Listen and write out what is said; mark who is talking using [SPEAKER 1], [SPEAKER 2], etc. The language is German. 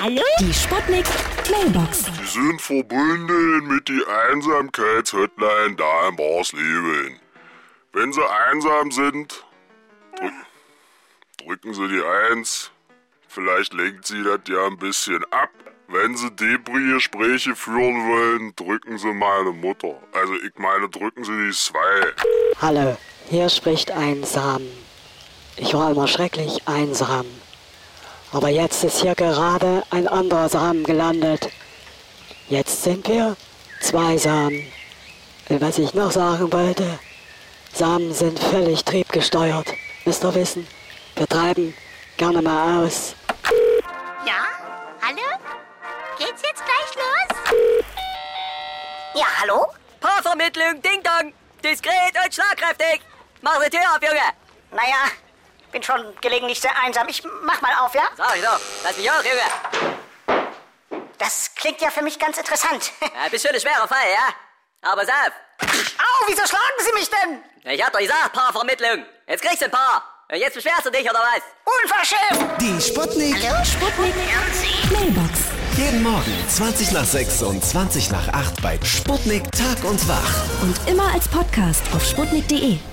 [SPEAKER 1] Hallo?
[SPEAKER 2] Die Sputnik Mailbox.
[SPEAKER 3] Sie sind verbunden mit die Einsamkeitshotline da im Barsleben. Wenn Sie einsam sind, drück, drücken Sie die 1. Vielleicht lenkt Sie das ja ein bisschen ab. Wenn Sie Debris-Gespräche führen wollen, drücken Sie meine Mutter. Also ich meine, drücken Sie die 2.
[SPEAKER 4] Hallo, hier spricht einsam. Ich war immer schrecklich einsam. Aber jetzt ist hier gerade ein anderer Samen gelandet. Jetzt sind wir zwei Samen. Und was ich noch sagen wollte, Samen sind völlig triebgesteuert. Müsst ihr wissen, wir treiben gerne mal aus.
[SPEAKER 1] Ja? Hallo? Geht's jetzt gleich los? Ja, hallo?
[SPEAKER 5] Paarvermittlung, Ding Dong. Diskret und schlagkräftig. Mach die Tür auf, Junge.
[SPEAKER 6] Naja, bin schon gelegentlich sehr einsam. Ich mach mal auf, ja?
[SPEAKER 5] Sag ich doch. Lass mich auch, Junge.
[SPEAKER 6] Das klingt ja für mich ganz interessant.
[SPEAKER 5] Ja, bist schon ein schwerer Fall, ja? Aber safe.
[SPEAKER 6] Au, wieso schlagen Sie mich denn?
[SPEAKER 5] Ich hab doch gesagt, Paarvermittlung. Jetzt kriegst du ein Paar. Und jetzt beschwerst du dich, oder was?
[SPEAKER 6] Unverschämt!
[SPEAKER 7] Die Sputnik.
[SPEAKER 1] Sputnik.
[SPEAKER 2] Mailbox.
[SPEAKER 7] Jeden Morgen 20 nach 6 und 20 nach 8 bei Sputnik Tag und Wach.
[SPEAKER 2] Und immer als Podcast auf sputnik.de.